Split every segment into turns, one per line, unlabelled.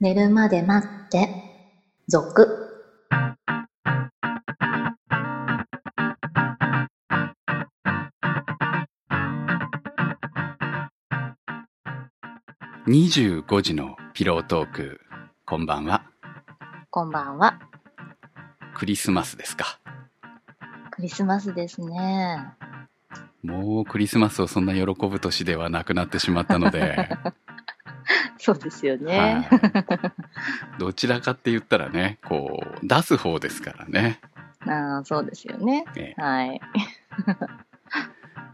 寝るまで待って、続。
25時のピロートーク。こんばんは。
こんばんは。
クリスマスですか。
クリスマスですね。
もうクリスマスをそんな喜ぶ年ではなくなってしまったので、
そうですよね。
はい、どちらかって言ったらね、こう、出す方ですからね。
ああ、そうですよね。
ね
はい。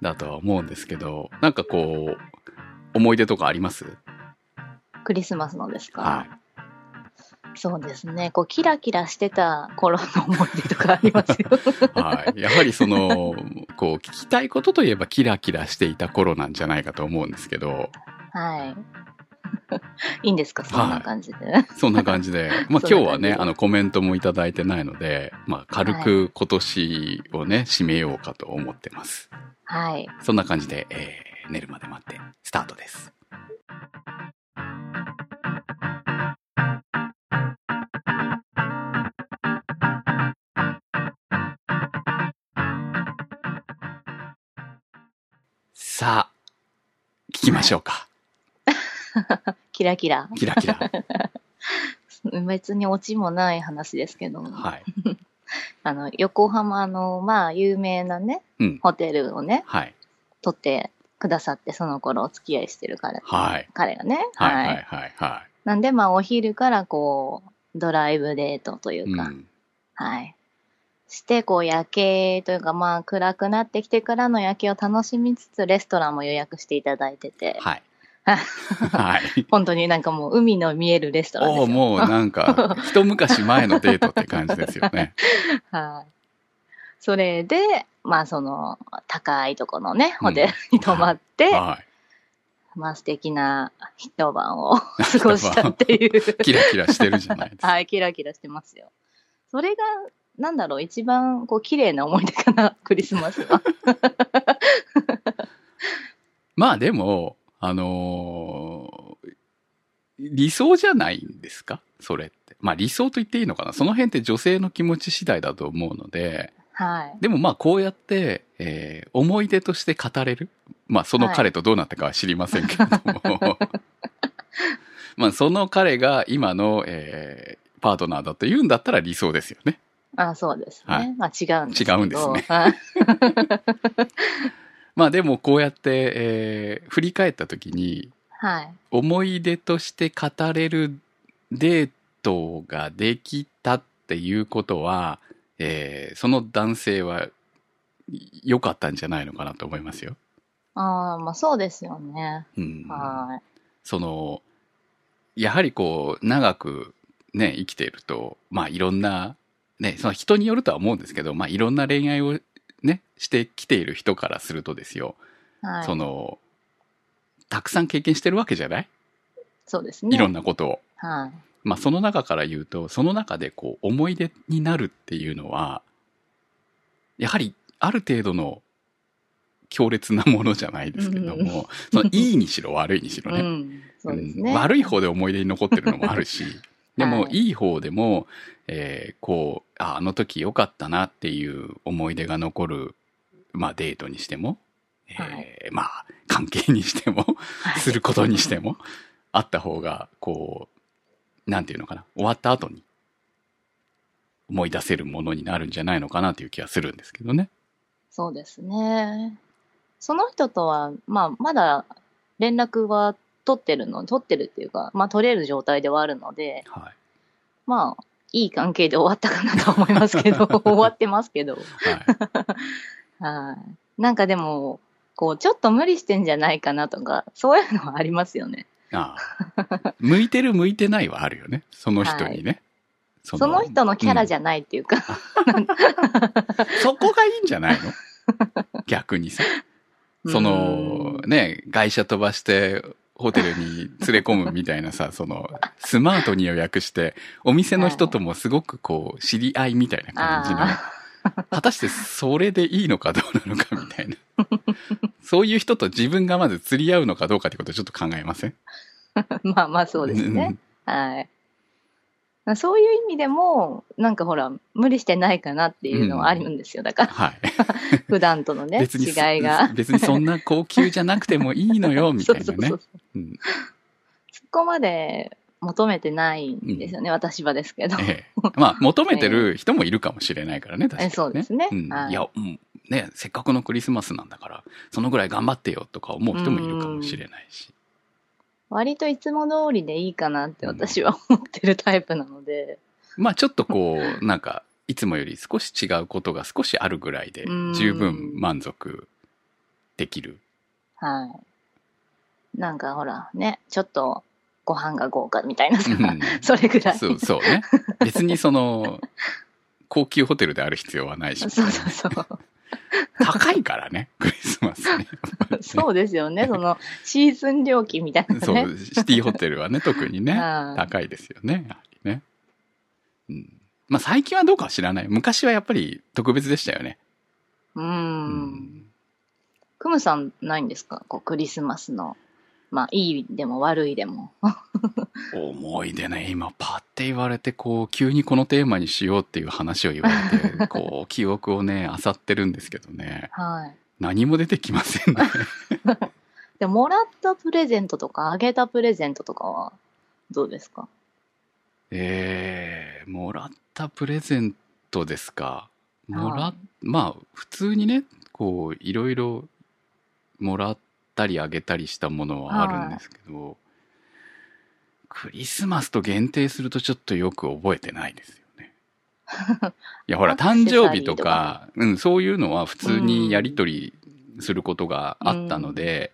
だとは思うんですけど、なんかこう、思い出とかあります
クリスマスのですか、
は
そうですね。こう、キラキラしてた頃の思い出とかあり ますよ。
い。はい。やはりその、こう、聞きたいことといえばキラキラしていた頃なんじゃないかと思うんですけど、
はい。 いいんですかそんな感じで。
そんな感じで、ま
そん
あ
な感じで
今日はね、あのコメントもいただいてないので、まあ軽く今年をね、締めようかと思ってます。
はい。
そんな感じで、えー寝るまで待って、スタートです。さあ、聞きましょうか。
キラキラ。
キラキラ。
別にオチもない話ですけど、
はい。
あの、横浜の、まあ、有名なね、
うん。
ホテルをね、
はい。
取ってくださって、その頃お付き合いしてる彼、
はい。
彼がね。
はい。はい。はい。は
なんで、まあ、お昼からこう、ドライブデートとい
い。
う
う
か、
ん。
はい。して、こう、夜景というか、まあ、暗くなってきてからの夜景を楽しみつつ、レストランも予約していただいてて、
はい。はい。
本当になんかもう海の見えるレストラン
お
で
お
すよ。
もうな んか、一昔前のデートって感じですよね。
はい。それで、まあ、その、高いとこのね、ホテルに泊まって、
は
まあ、素敵な一晩を 過ごしたっていう。
い。キラキラしてるじゃないですか。
はい、キラキラしてますよ。それが、なんだろう、一番、こう、綺麗な思い出かな、 クリスマスは。
まあでも、あのー理想じゃないんですかそれって。まあ理想と言っていいのかなその辺って女性の気持ち次第だと思うので、
はい。
でもまあこうやって、えー思い出として語れる。まあその彼とどうなったかは知りませんけれども。まあその彼が今の、えーパートナーだと言うんだったら理想ですよね。
あそうですね。
はい
まあ、違うんですけど
違うんですね
はい
まあでもこうやって、えー振り返った時に
はい。
思い出として語れるデートができたっていうことは、えーその男性はい良かったんじゃないのかなと思いますよ。
ああ、まあ、そうですよね。
うん、
は
そのやはりこう長くね生きているとまあいろんなねその人によるとは思うんですけどまあいろんな恋愛をねしてきている人からするとですよ、
い。はい。
そのたくさん経験してるわけじゃない、
そうですね。
いろんなことを。
はい。
まあ、その中から言うとその中でこう思い出になるっていうのはやはりある程度の強烈なものじゃないですけど
うん
も、そのいいにしろ悪いにしろ
う
ね,、
ん。そうです
う
ね。
ん悪い方で思い出に残ってるのもある しでも、
はい
い、い方でも、えーこうああの時良かったなっていう思い出が残る、まあ、デートにしても、えー
は
まあ関係にしても
はい
することにしても、あった方が、こう、なんていうのかな、終わった後に思い出せるものになるんじゃないのかなという気がするんですけどね。
そうですね。その人とは、まあ、まだ連絡は取ってるの、取ってるっていうか、まあ、取れる状態ではあるので、
は
まあ、いい関係で終わったかなと思います けど、終わってますけど。
い。はい。
はい。なんかでも、こう、ちょっと無理してんじゃないかなとか、そういうのはありますよね。
あ あ向いてる向いてないはあるよね。その人にね。そ
その人のキャラじ
ゃ、
ゃないっていうか、
うんそこがいいんじゃない の逆にさ。その
うん、
ね、外車飛ばして、ホテルに連れ込むみたい なさ、その、スマートに予約して、お店の人ともすごくこう、知り合いみたいな感じの、
あ
果たしてそれでいいのかどうなのかみたいな。そういう人と自分がまず釣り合うのかどうかってことをちょっと考えません
ーまあまあそうですね。
ん
はい。まあそういう意味でも、なんかほら、無理してないかなっていうのはあるんですよ。だから、
はい。
普段とのね、
別に
違いが。
別にそんな高級じゃなくてもいいのよ、みたい な
そうそう
ね
そう。
うん
そこまで求めてないんですよね、私はですけど。
ええ まあ、求めてる人もいるかもしれないからね、確かに、
えそうですね
うん
はい
いや、うんね、せっかくのクリスマスなんだから、そのぐらい頑張ってよとか思う人もいるかもしれないし。
割といつも通りでいいかなって私は思ってるタイプなので、
まあ、ちょっとこう、なんか、いつもより少し違うことが少しあるぐらいで
うん、
十分満足で きる。
はい。なんかほら、ね、ちょっとご飯が豪華みたいなさ、
うん
それぐらい。
そう、そうね。別にその、高級ホテルである必要はないし、
そうそうそう。
高いからね、クリスマスね。
そうですよ ね、そのシーズン料金みたいな ね。
そう、シティホテルはね、特にね、
はい
高いですよね、やはりね。うん。まあ最近はどうかは知らない。昔はやっぱり特別でしたよね。
う。。
うん
クムさんないんですかこうクリスマスの。まあ、いいでも悪いでも。
思い出ね、今パッて言われて、こう、急にこのテーマにしようっていう話を言われて、こう、記憶をね、漁ってるんですけどね、
はい。
何も出てきませんね。
で、もらったプレゼントとか、あげたプレゼントとかは、どうですか
えー、もらったプレゼントですか。もら
は
っまあ普通にねこういろいろもらったりあげたりしたものはあるんですけど、クリスマスと限定するとちょっとよく覚えてないですよ ね。いやほら
アクセサリ
誕
ーとか
生日とか、うん、そういうのは普通にやり取りすることがあったので、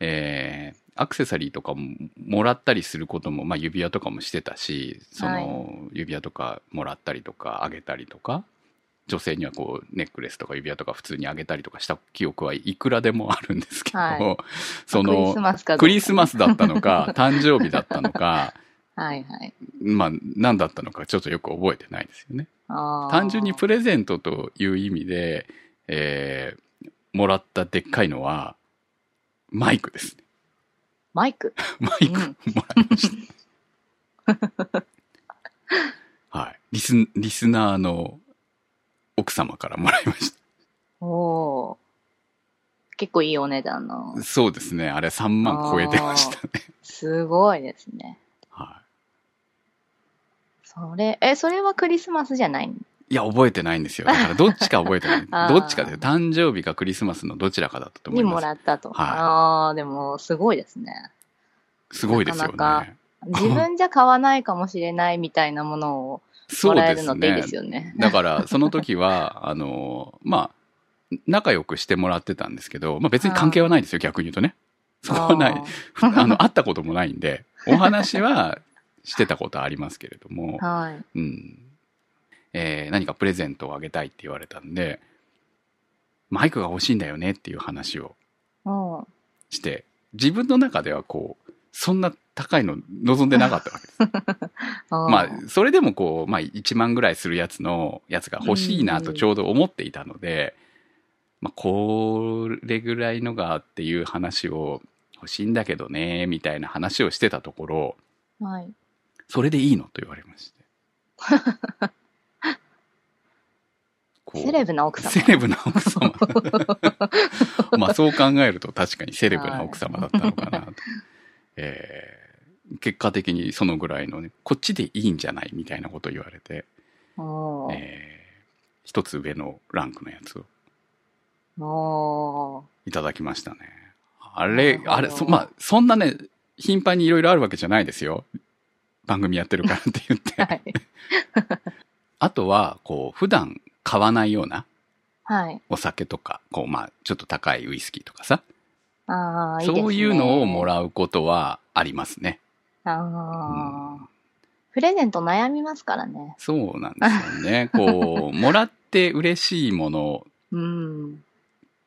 えーアクセサリーとかももらったりすることも、まあ、指輪とかもしてたしその指輪とかもらったりとかあげたりとか、女性にはこうネックレスとか指輪とか普通にあげたりとかした記憶はいくらでもあるんですけど、
は
そ
クリ
の
スマスかどうか
クリスマスだったのか誕生日だったのか
はいはい。
まあ何だったのかちょっとよく覚えてないですよね。
あー
単純にプレゼントという意味で、えーもらったでっかいのはマイクですね。
マイク。
マイク
うん
もらいました。はい、リスリスナーの奥様からもらいました。
おおー。結構いいお値段の。
そうですね。あれ3万超えてましたね。
すごいですね。
は
それ、え、それはクリスマスじゃない
い。いや、覚えてないんですよ。だから、どっちか覚えてな
あ
い。
ー
どっちかで、誕生日かクリスマスのどちらかだったと思
に
い
も
ます。
らったと。
はい
ああ、でも、すごいですね。
すごいですよね。
なかなか自分じゃ買わないかもしれないみたいなものを
そ
も
う
らえ
で
る
す
のっていい
ね
で。すよね。
だから、その時は、あの、まあ、仲良くしてもらってたんですけど、まあ別に関係はないですよ、逆に言うとね。そこはない。 あの、会ったこともないんで、お話はしてたことはありますけれども
あ。ーはい。
うん。えー何かプレゼントをあげたいって言われたんで、マイクが欲しいんだよねっていう話を
も
して、自分の中ではこう、そんな高いの望んでなかったわけです。
う、
ま
ま
あ、それでもこう、まあ1万ぐらいするやつのやつが欲しいなとちょうど思っていたので、まあ、これぐらいのがっていう話を欲しいんだけどね、みたいな話をしてたところ、
あ、はい。
それでいいのと言われ まして。こう
セレブな奥様。
セレブな 奥様。まあそう考えると確かにセレブな奥様だったのかな と。えー結果的にそのぐらいのね、こっちでいいんじゃないみたいなこと言われて、
おー
えー一つ上のランクのやつを
お
いただきましたね。あ
なる
れ
ほ、ど
あれ、そまあそんなね、頻繁にいろいろあるわけじゃないですよ。番組やってるからって言って
ー。。はい。
あとは、こう、普段買わないような
はい。
お酒とか、こう、まあ、ちょっと高いウイスキーとかさ、
ああ、いいですね。
そういうのをも
う。
らうことはありますね。
ああ。プレゼント悩みますからね。
そうなんですよ ね。こう、もらって嬉しいもの
うん。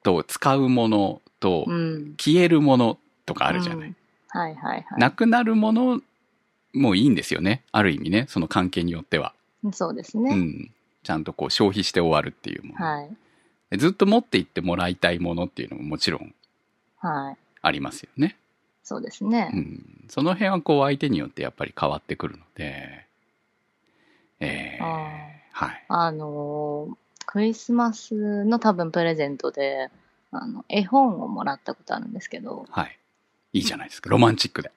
と、使うものと
う、ん。
消えるものとかあるじゃない。
うんはいはいはい。
なくなるものもいいんですよね。ある意味ね、その関係によっては。
そうです
う
ね。
ん。ちゃんとこう、消費して終わるっていうもの。
はい。
でずっと持っていってもらいたいものっていうのももちろん
はい。
ありますよね。
そうですね
う。ん、その辺はこう相手によってやっぱり変わってくるので、えー
あー
はい。
あのークリスマスの多分プレゼントで、あの、絵本をもらったことあるんですけど、
はい。いいじゃないですか。ロマンチックで。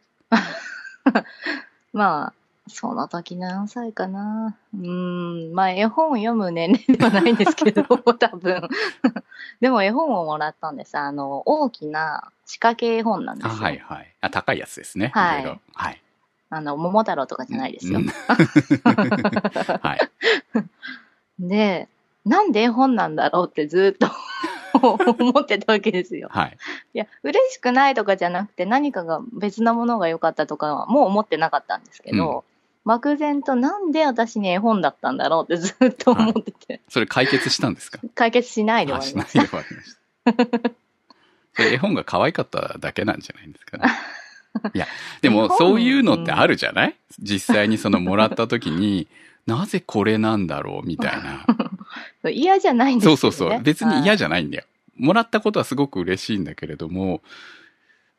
まあ、その時何歳かな。うーん、まあ絵本を読む年齢ではないんですけ ど、多分。 でも絵本をもらったんです。あの、大きな仕掛け絵本なんです
あ
よ。
はいはい。あ、高いやつですね。
はい
いろいろ。はい。
あの、桃太郎とかじゃないですよ
うん。はい。
で、なんで絵本なんだろうってずっと 思ってたわけですよ。
はい。
いや、嬉しくないとかじゃなくて、何かが別なものが良かったとかはもう思ってなかったんですけど、漠然となんで私に絵本だったんだろうってずっと思ってて、
それ解決したんですか
解決し ないで終
あ
わり
し
ま
ない
し
で終わりました。 それ絵本が可愛かっただけなんじゃないんです かね。いや、で
絵
も
本
そういうのってあるじゃない実際にそのもらった時に、なぜこれなんだろうみたいな。
た。嫌じゃ ないんです
そ
よ、
う
ね。
そうそう。別に
はい
嫌じゃないんだよ。もらったことはすごく嬉しいんだけれども、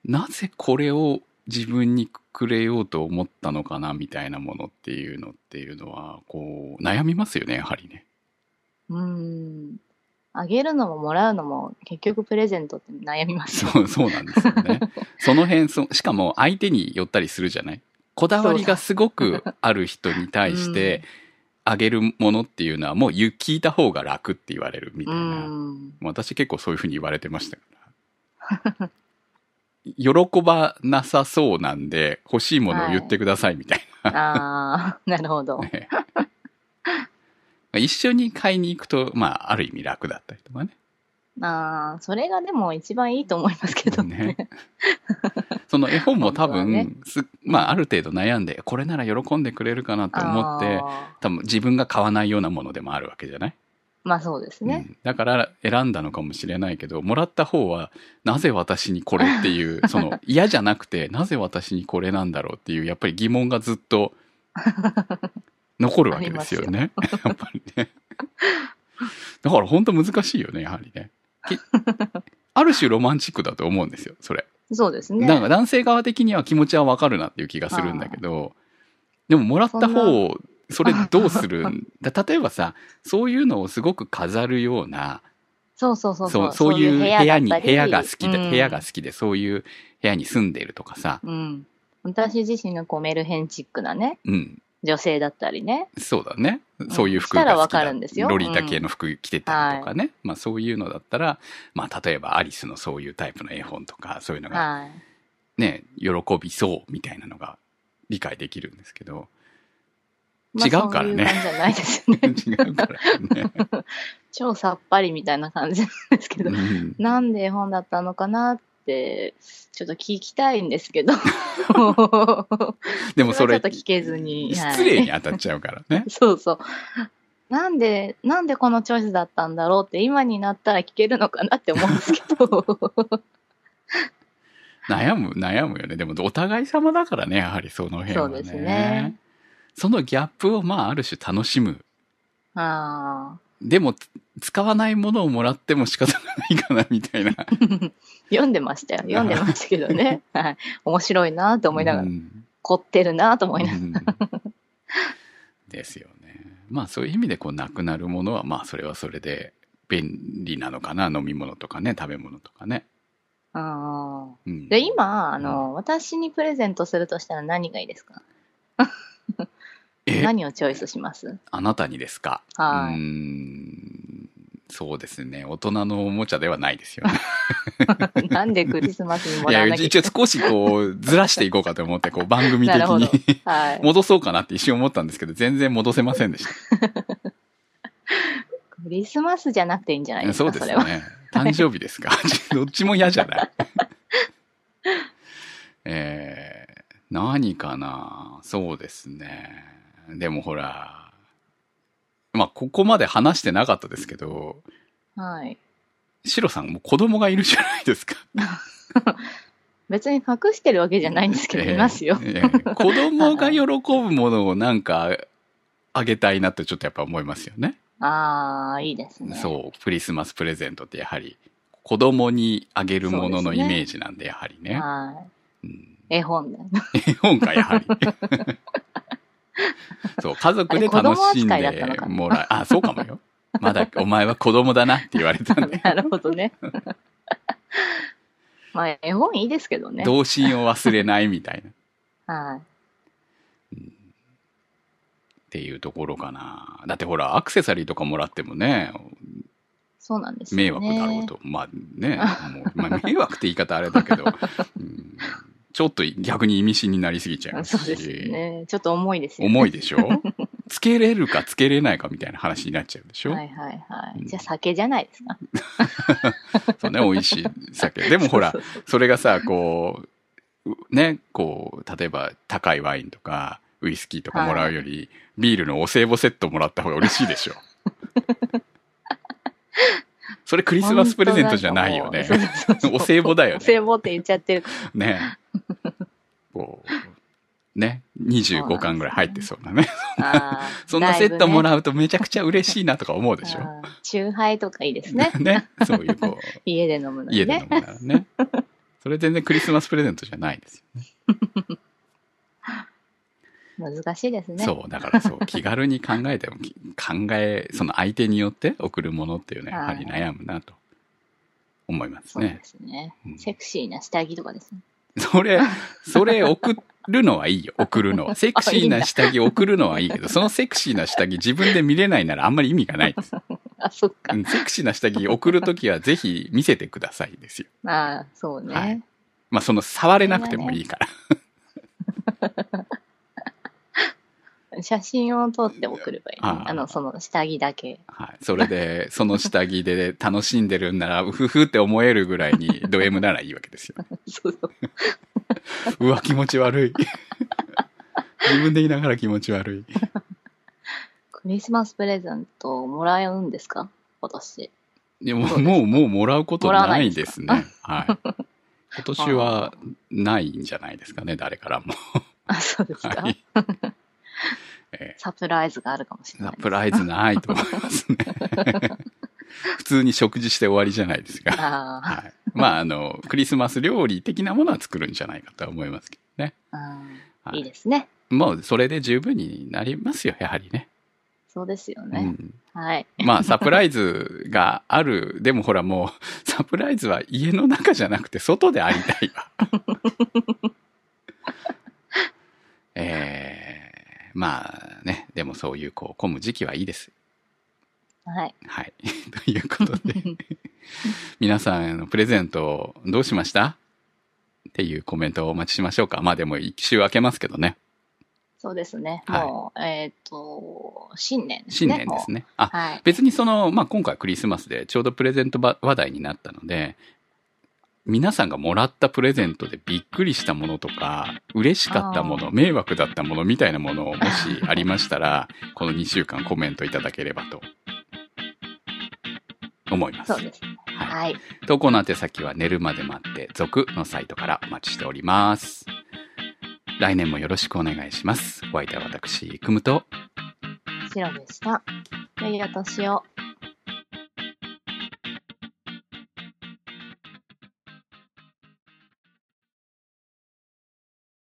なぜこれを自分にくれようと思ったのかなみたいなものっていうのっていうのは、こう、悩みますよね、やはりね。
うーん。あげるのももらうのも結局プレゼントって悩みますよ。
そう、そうなんですよ ね。その辺、そしかも相手に寄ったりするじゃないこだわりがすごくある人に 対して、あげるものっていうのはもう言う聞いた方が楽って言われるみた
う
いな。
ん。
私結構そういうふうに言われてましたから喜ばなさそうなんで欲しいものを言ってくださいみたい
ああ、なるほど
な、。ね一緒に買いに行くとまあある意味楽だったりとかね
ああ、それがでも一番いいと思いますけどね。
ねその絵本も多分、
本
すまあある程度悩んでこれなら喜んでくれるかなと思って
あー
多分自分が買わないようなものでもあるわけじゃない
まあそうですね。
うん、だから選んだのかもしれないけどもらった方はなぜ私にこれっていうその嫌じゃなくてなぜ私にこれなんだろうっていうやっぱり疑問がずっと残るわけですよねやっぱりねだから本当難しいよねやはりねきある種ロマンチックだと思うんですよそれ
そうですね。
なんか男性側的には気持ちはわかるなっていう気がするんだけど、でももらった方をそれどうするんだ 例えばさ、そういうのをすごく飾るような、
そうそうそう
そうそういう部屋に、
だった
部
り
屋が好きで、
うん
部屋が好きで、そういう部屋に住んでいるとかさ、
うん。私自身がこうメルヘンチックなね、
うん、
女性だったりね。
そうだね
ん。
そういう服
した
が
ら
好
わ
きだ
かるんですよ
ロリータ系の服着てたりとかね。まあそういうのだったら、まあ例えばアリスのそういうタイプの絵本とか、そういうのが
はい。
ね、喜びそうみたいなのが理解できるんですけど、
まあ
違うからね。
そういう感じじゃないですね
違うから ね。
超さっぱりみたいな感じなんですけど。
うん
なんで絵本だったのかなって、ちょっと聞きたいんですけ ど。
で
で
もそ
ち
れ
ょっと聞けずに。はい。
失礼に当たっちゃうからね
そうそう。なんで、なんでこのチョイスだったんだろうって今になったら聞けるのかなって思うんですけ ど。
悩む悩むよね。でもお互い様だからねやはりその辺はね。
そうですね
そのギャップをまあある種楽しむ。
ああ。
でもつ使わないものをもらっても仕方がないかなみたいな。
読んでましたよ。読んでましたけど ね。はい。面白いなと思いなが
う
ら、
ん
凝ってるなと思いながら。
うんですよね。まあそういう意味でこうなくなるものはまあそれはそれで便利なのかな飲み物とかね食べ物とかね。
あー
うん
で、今、あの、私にプレゼントするとしたら何がいいですか
え
何をチョイスします
あなたにですか。
はいう
ーん。そうですね。大人のおもちゃではないですよ ね。
なんでクリスマスにも
い
ら
や、
わなきゃい
一
け
応少しこう、ずらしていこうかと思って、こ う、番組的
なるほど
に
ない。はい。
戻そうかなって一瞬思ったんですけど、全然戻せませんでし
クリスマスじゃなくていいんじゃないで
た。
す
そう
か、
で
そ
す
れは。
ね。誕生日ですか。どっちも嫌じ ゃない。えー、何かなそうですね。でもほら、まあ、ここまで話してなかったですけど、
はい。
シロさんも子供がいるじゃないですか。
別に隠してるわけじゃないんですけど、
ええ
いますよ。
ええ子供が喜ぶものをなんかあげたいなってちょっとやっぱ思いますよね。
ああ、いいですね。
そう、クリスマスプレゼントってやはり子供にあげるもの
そ
の
う
イ
ですね
メージなんでやはりね。
は
うん
い。絵本ね。
絵本かやはり。そう、家族で楽しん
あれ子供扱いだったの
で
かな
もらえ、あ、そうかもよ。まだ、お前は子供だなって言われたんで、
なるほどね。まあ、絵本いいですけど ね。
童心を忘れないみたいな。っ
はい。
ていうところかな。だってほら、アクセサリーとかもらってもね、
そうなんですよ、ね。
迷惑だろう。と。まあね、もうまあ、迷惑って言い方あれだ けど、うんちょっと逆に意味深になりすぎちゃいます
そう
し。
ですよね。ちょっと重いですよね。
重い でしょつけれるかつけれないかみたいな話になっちゃうでしょ、
はいはいは
うん
い。じゃあ酒じゃないですか。
そうね、美味しい酒。でもほら、
そう
そ
そうそう
れがさ、こう、ね、こう、例えば高いワインとか、ウイスキーとかもらうより、ビールのお歳暮セットもらった方が嬉しいでしょ それクリスマスプレゼントじゃないよね
本。当だと思うそうそうそう
お歳暮だよ
お
ね。
歳暮って言っちゃってる。
ね。こう、ね、25巻ぐらい入ってそうなね。
あー
そんなセットも
だい
らうとめちゃくちゃ嬉しいなとか思う
ぶ
で
ね
しょ
あーチューハイとかいいです ね。
ね。そういうこう、
家で飲むの
家
に
で飲
ね。
むならね。それ全然クリスマスプレゼントじゃないですよ
難しいです
ね。
ね。
そう、だからそう、気軽に考えても、き 考え、その相手によって送るものっていうね、や
はい
はり悩むなと思います
そうで
ね。
すね。
うん
セクシーな下着とかですね。
それ、それ送るのはいいよ、送るのは。セクシーな下着送るのはいいけど、そのセクシーな下着自分で見れないならあんまり意味がないです。
あ、そっか。
うんセクシーな下着送るときはぜひ見せてくださいですよ。
ああ、そうね。
はいまあ、その触れなくてもいいから。
写真を撮って送ればいい、
あ
あ
ー
の、その下着だけ。
はい。それで、その下着で楽しんでるんなら、うふふって思えるぐらいにド M ならいいわけですよ。
そうそう。
うわ、気持ち悪い。 自分で言いながら気持ち悪い。
クリスマスプレゼントをもらうんですか今年。
いやも
そう
う、
です
もう、もうもらうこと
もらわ
な
ない
い
で
ですね。はい。今年はないんじゃないですかね、誰からも。
あ、そうですか。
はい。え
サプライズがあるかもし
ー
れな
サ
い。
プライズないと思います ね。普通に食事して終わりじゃないですか。
あ
はい。まあ、あの、クリスマス料理的なものは作るんじゃないかとは思いますけどね。
あ、うん
はい
いいですね。
もう、それで十分になりますよ、やはりね。
そうですよ
う
ね。
ん。
はい。
まあ、サプライズがある。でもほら、もう、サプライズは家の中じゃなくて、外でありたいわ。 えー、まあね、でもそういう、こう、混む時期はいいです。
はい。
はい。 ということで、 皆さんへのプレゼントどうしましたっていうコメントをお待ちしましょうか。まあでも一週明けますけどね。
そうですね。
はい
もう、えっ、と、新年です
新
ね。
年です
も
ね。あ
う。、はい。
別にその、まあ今回クリスマスでちょうどプレゼントば話題になったので、皆さんがもらったプレゼントでびっくりしたものとか、嬉しかったもの、迷惑だったものみたいなものをもしありましたら、この2週間コメントいただければと思います。
そうですね。
はい
はい。
投稿の宛先は寝るまで待って続のサイトからお待ちしております。来年もよろしくお願いします。お相手は私、くむと、
白でした。良いお年を。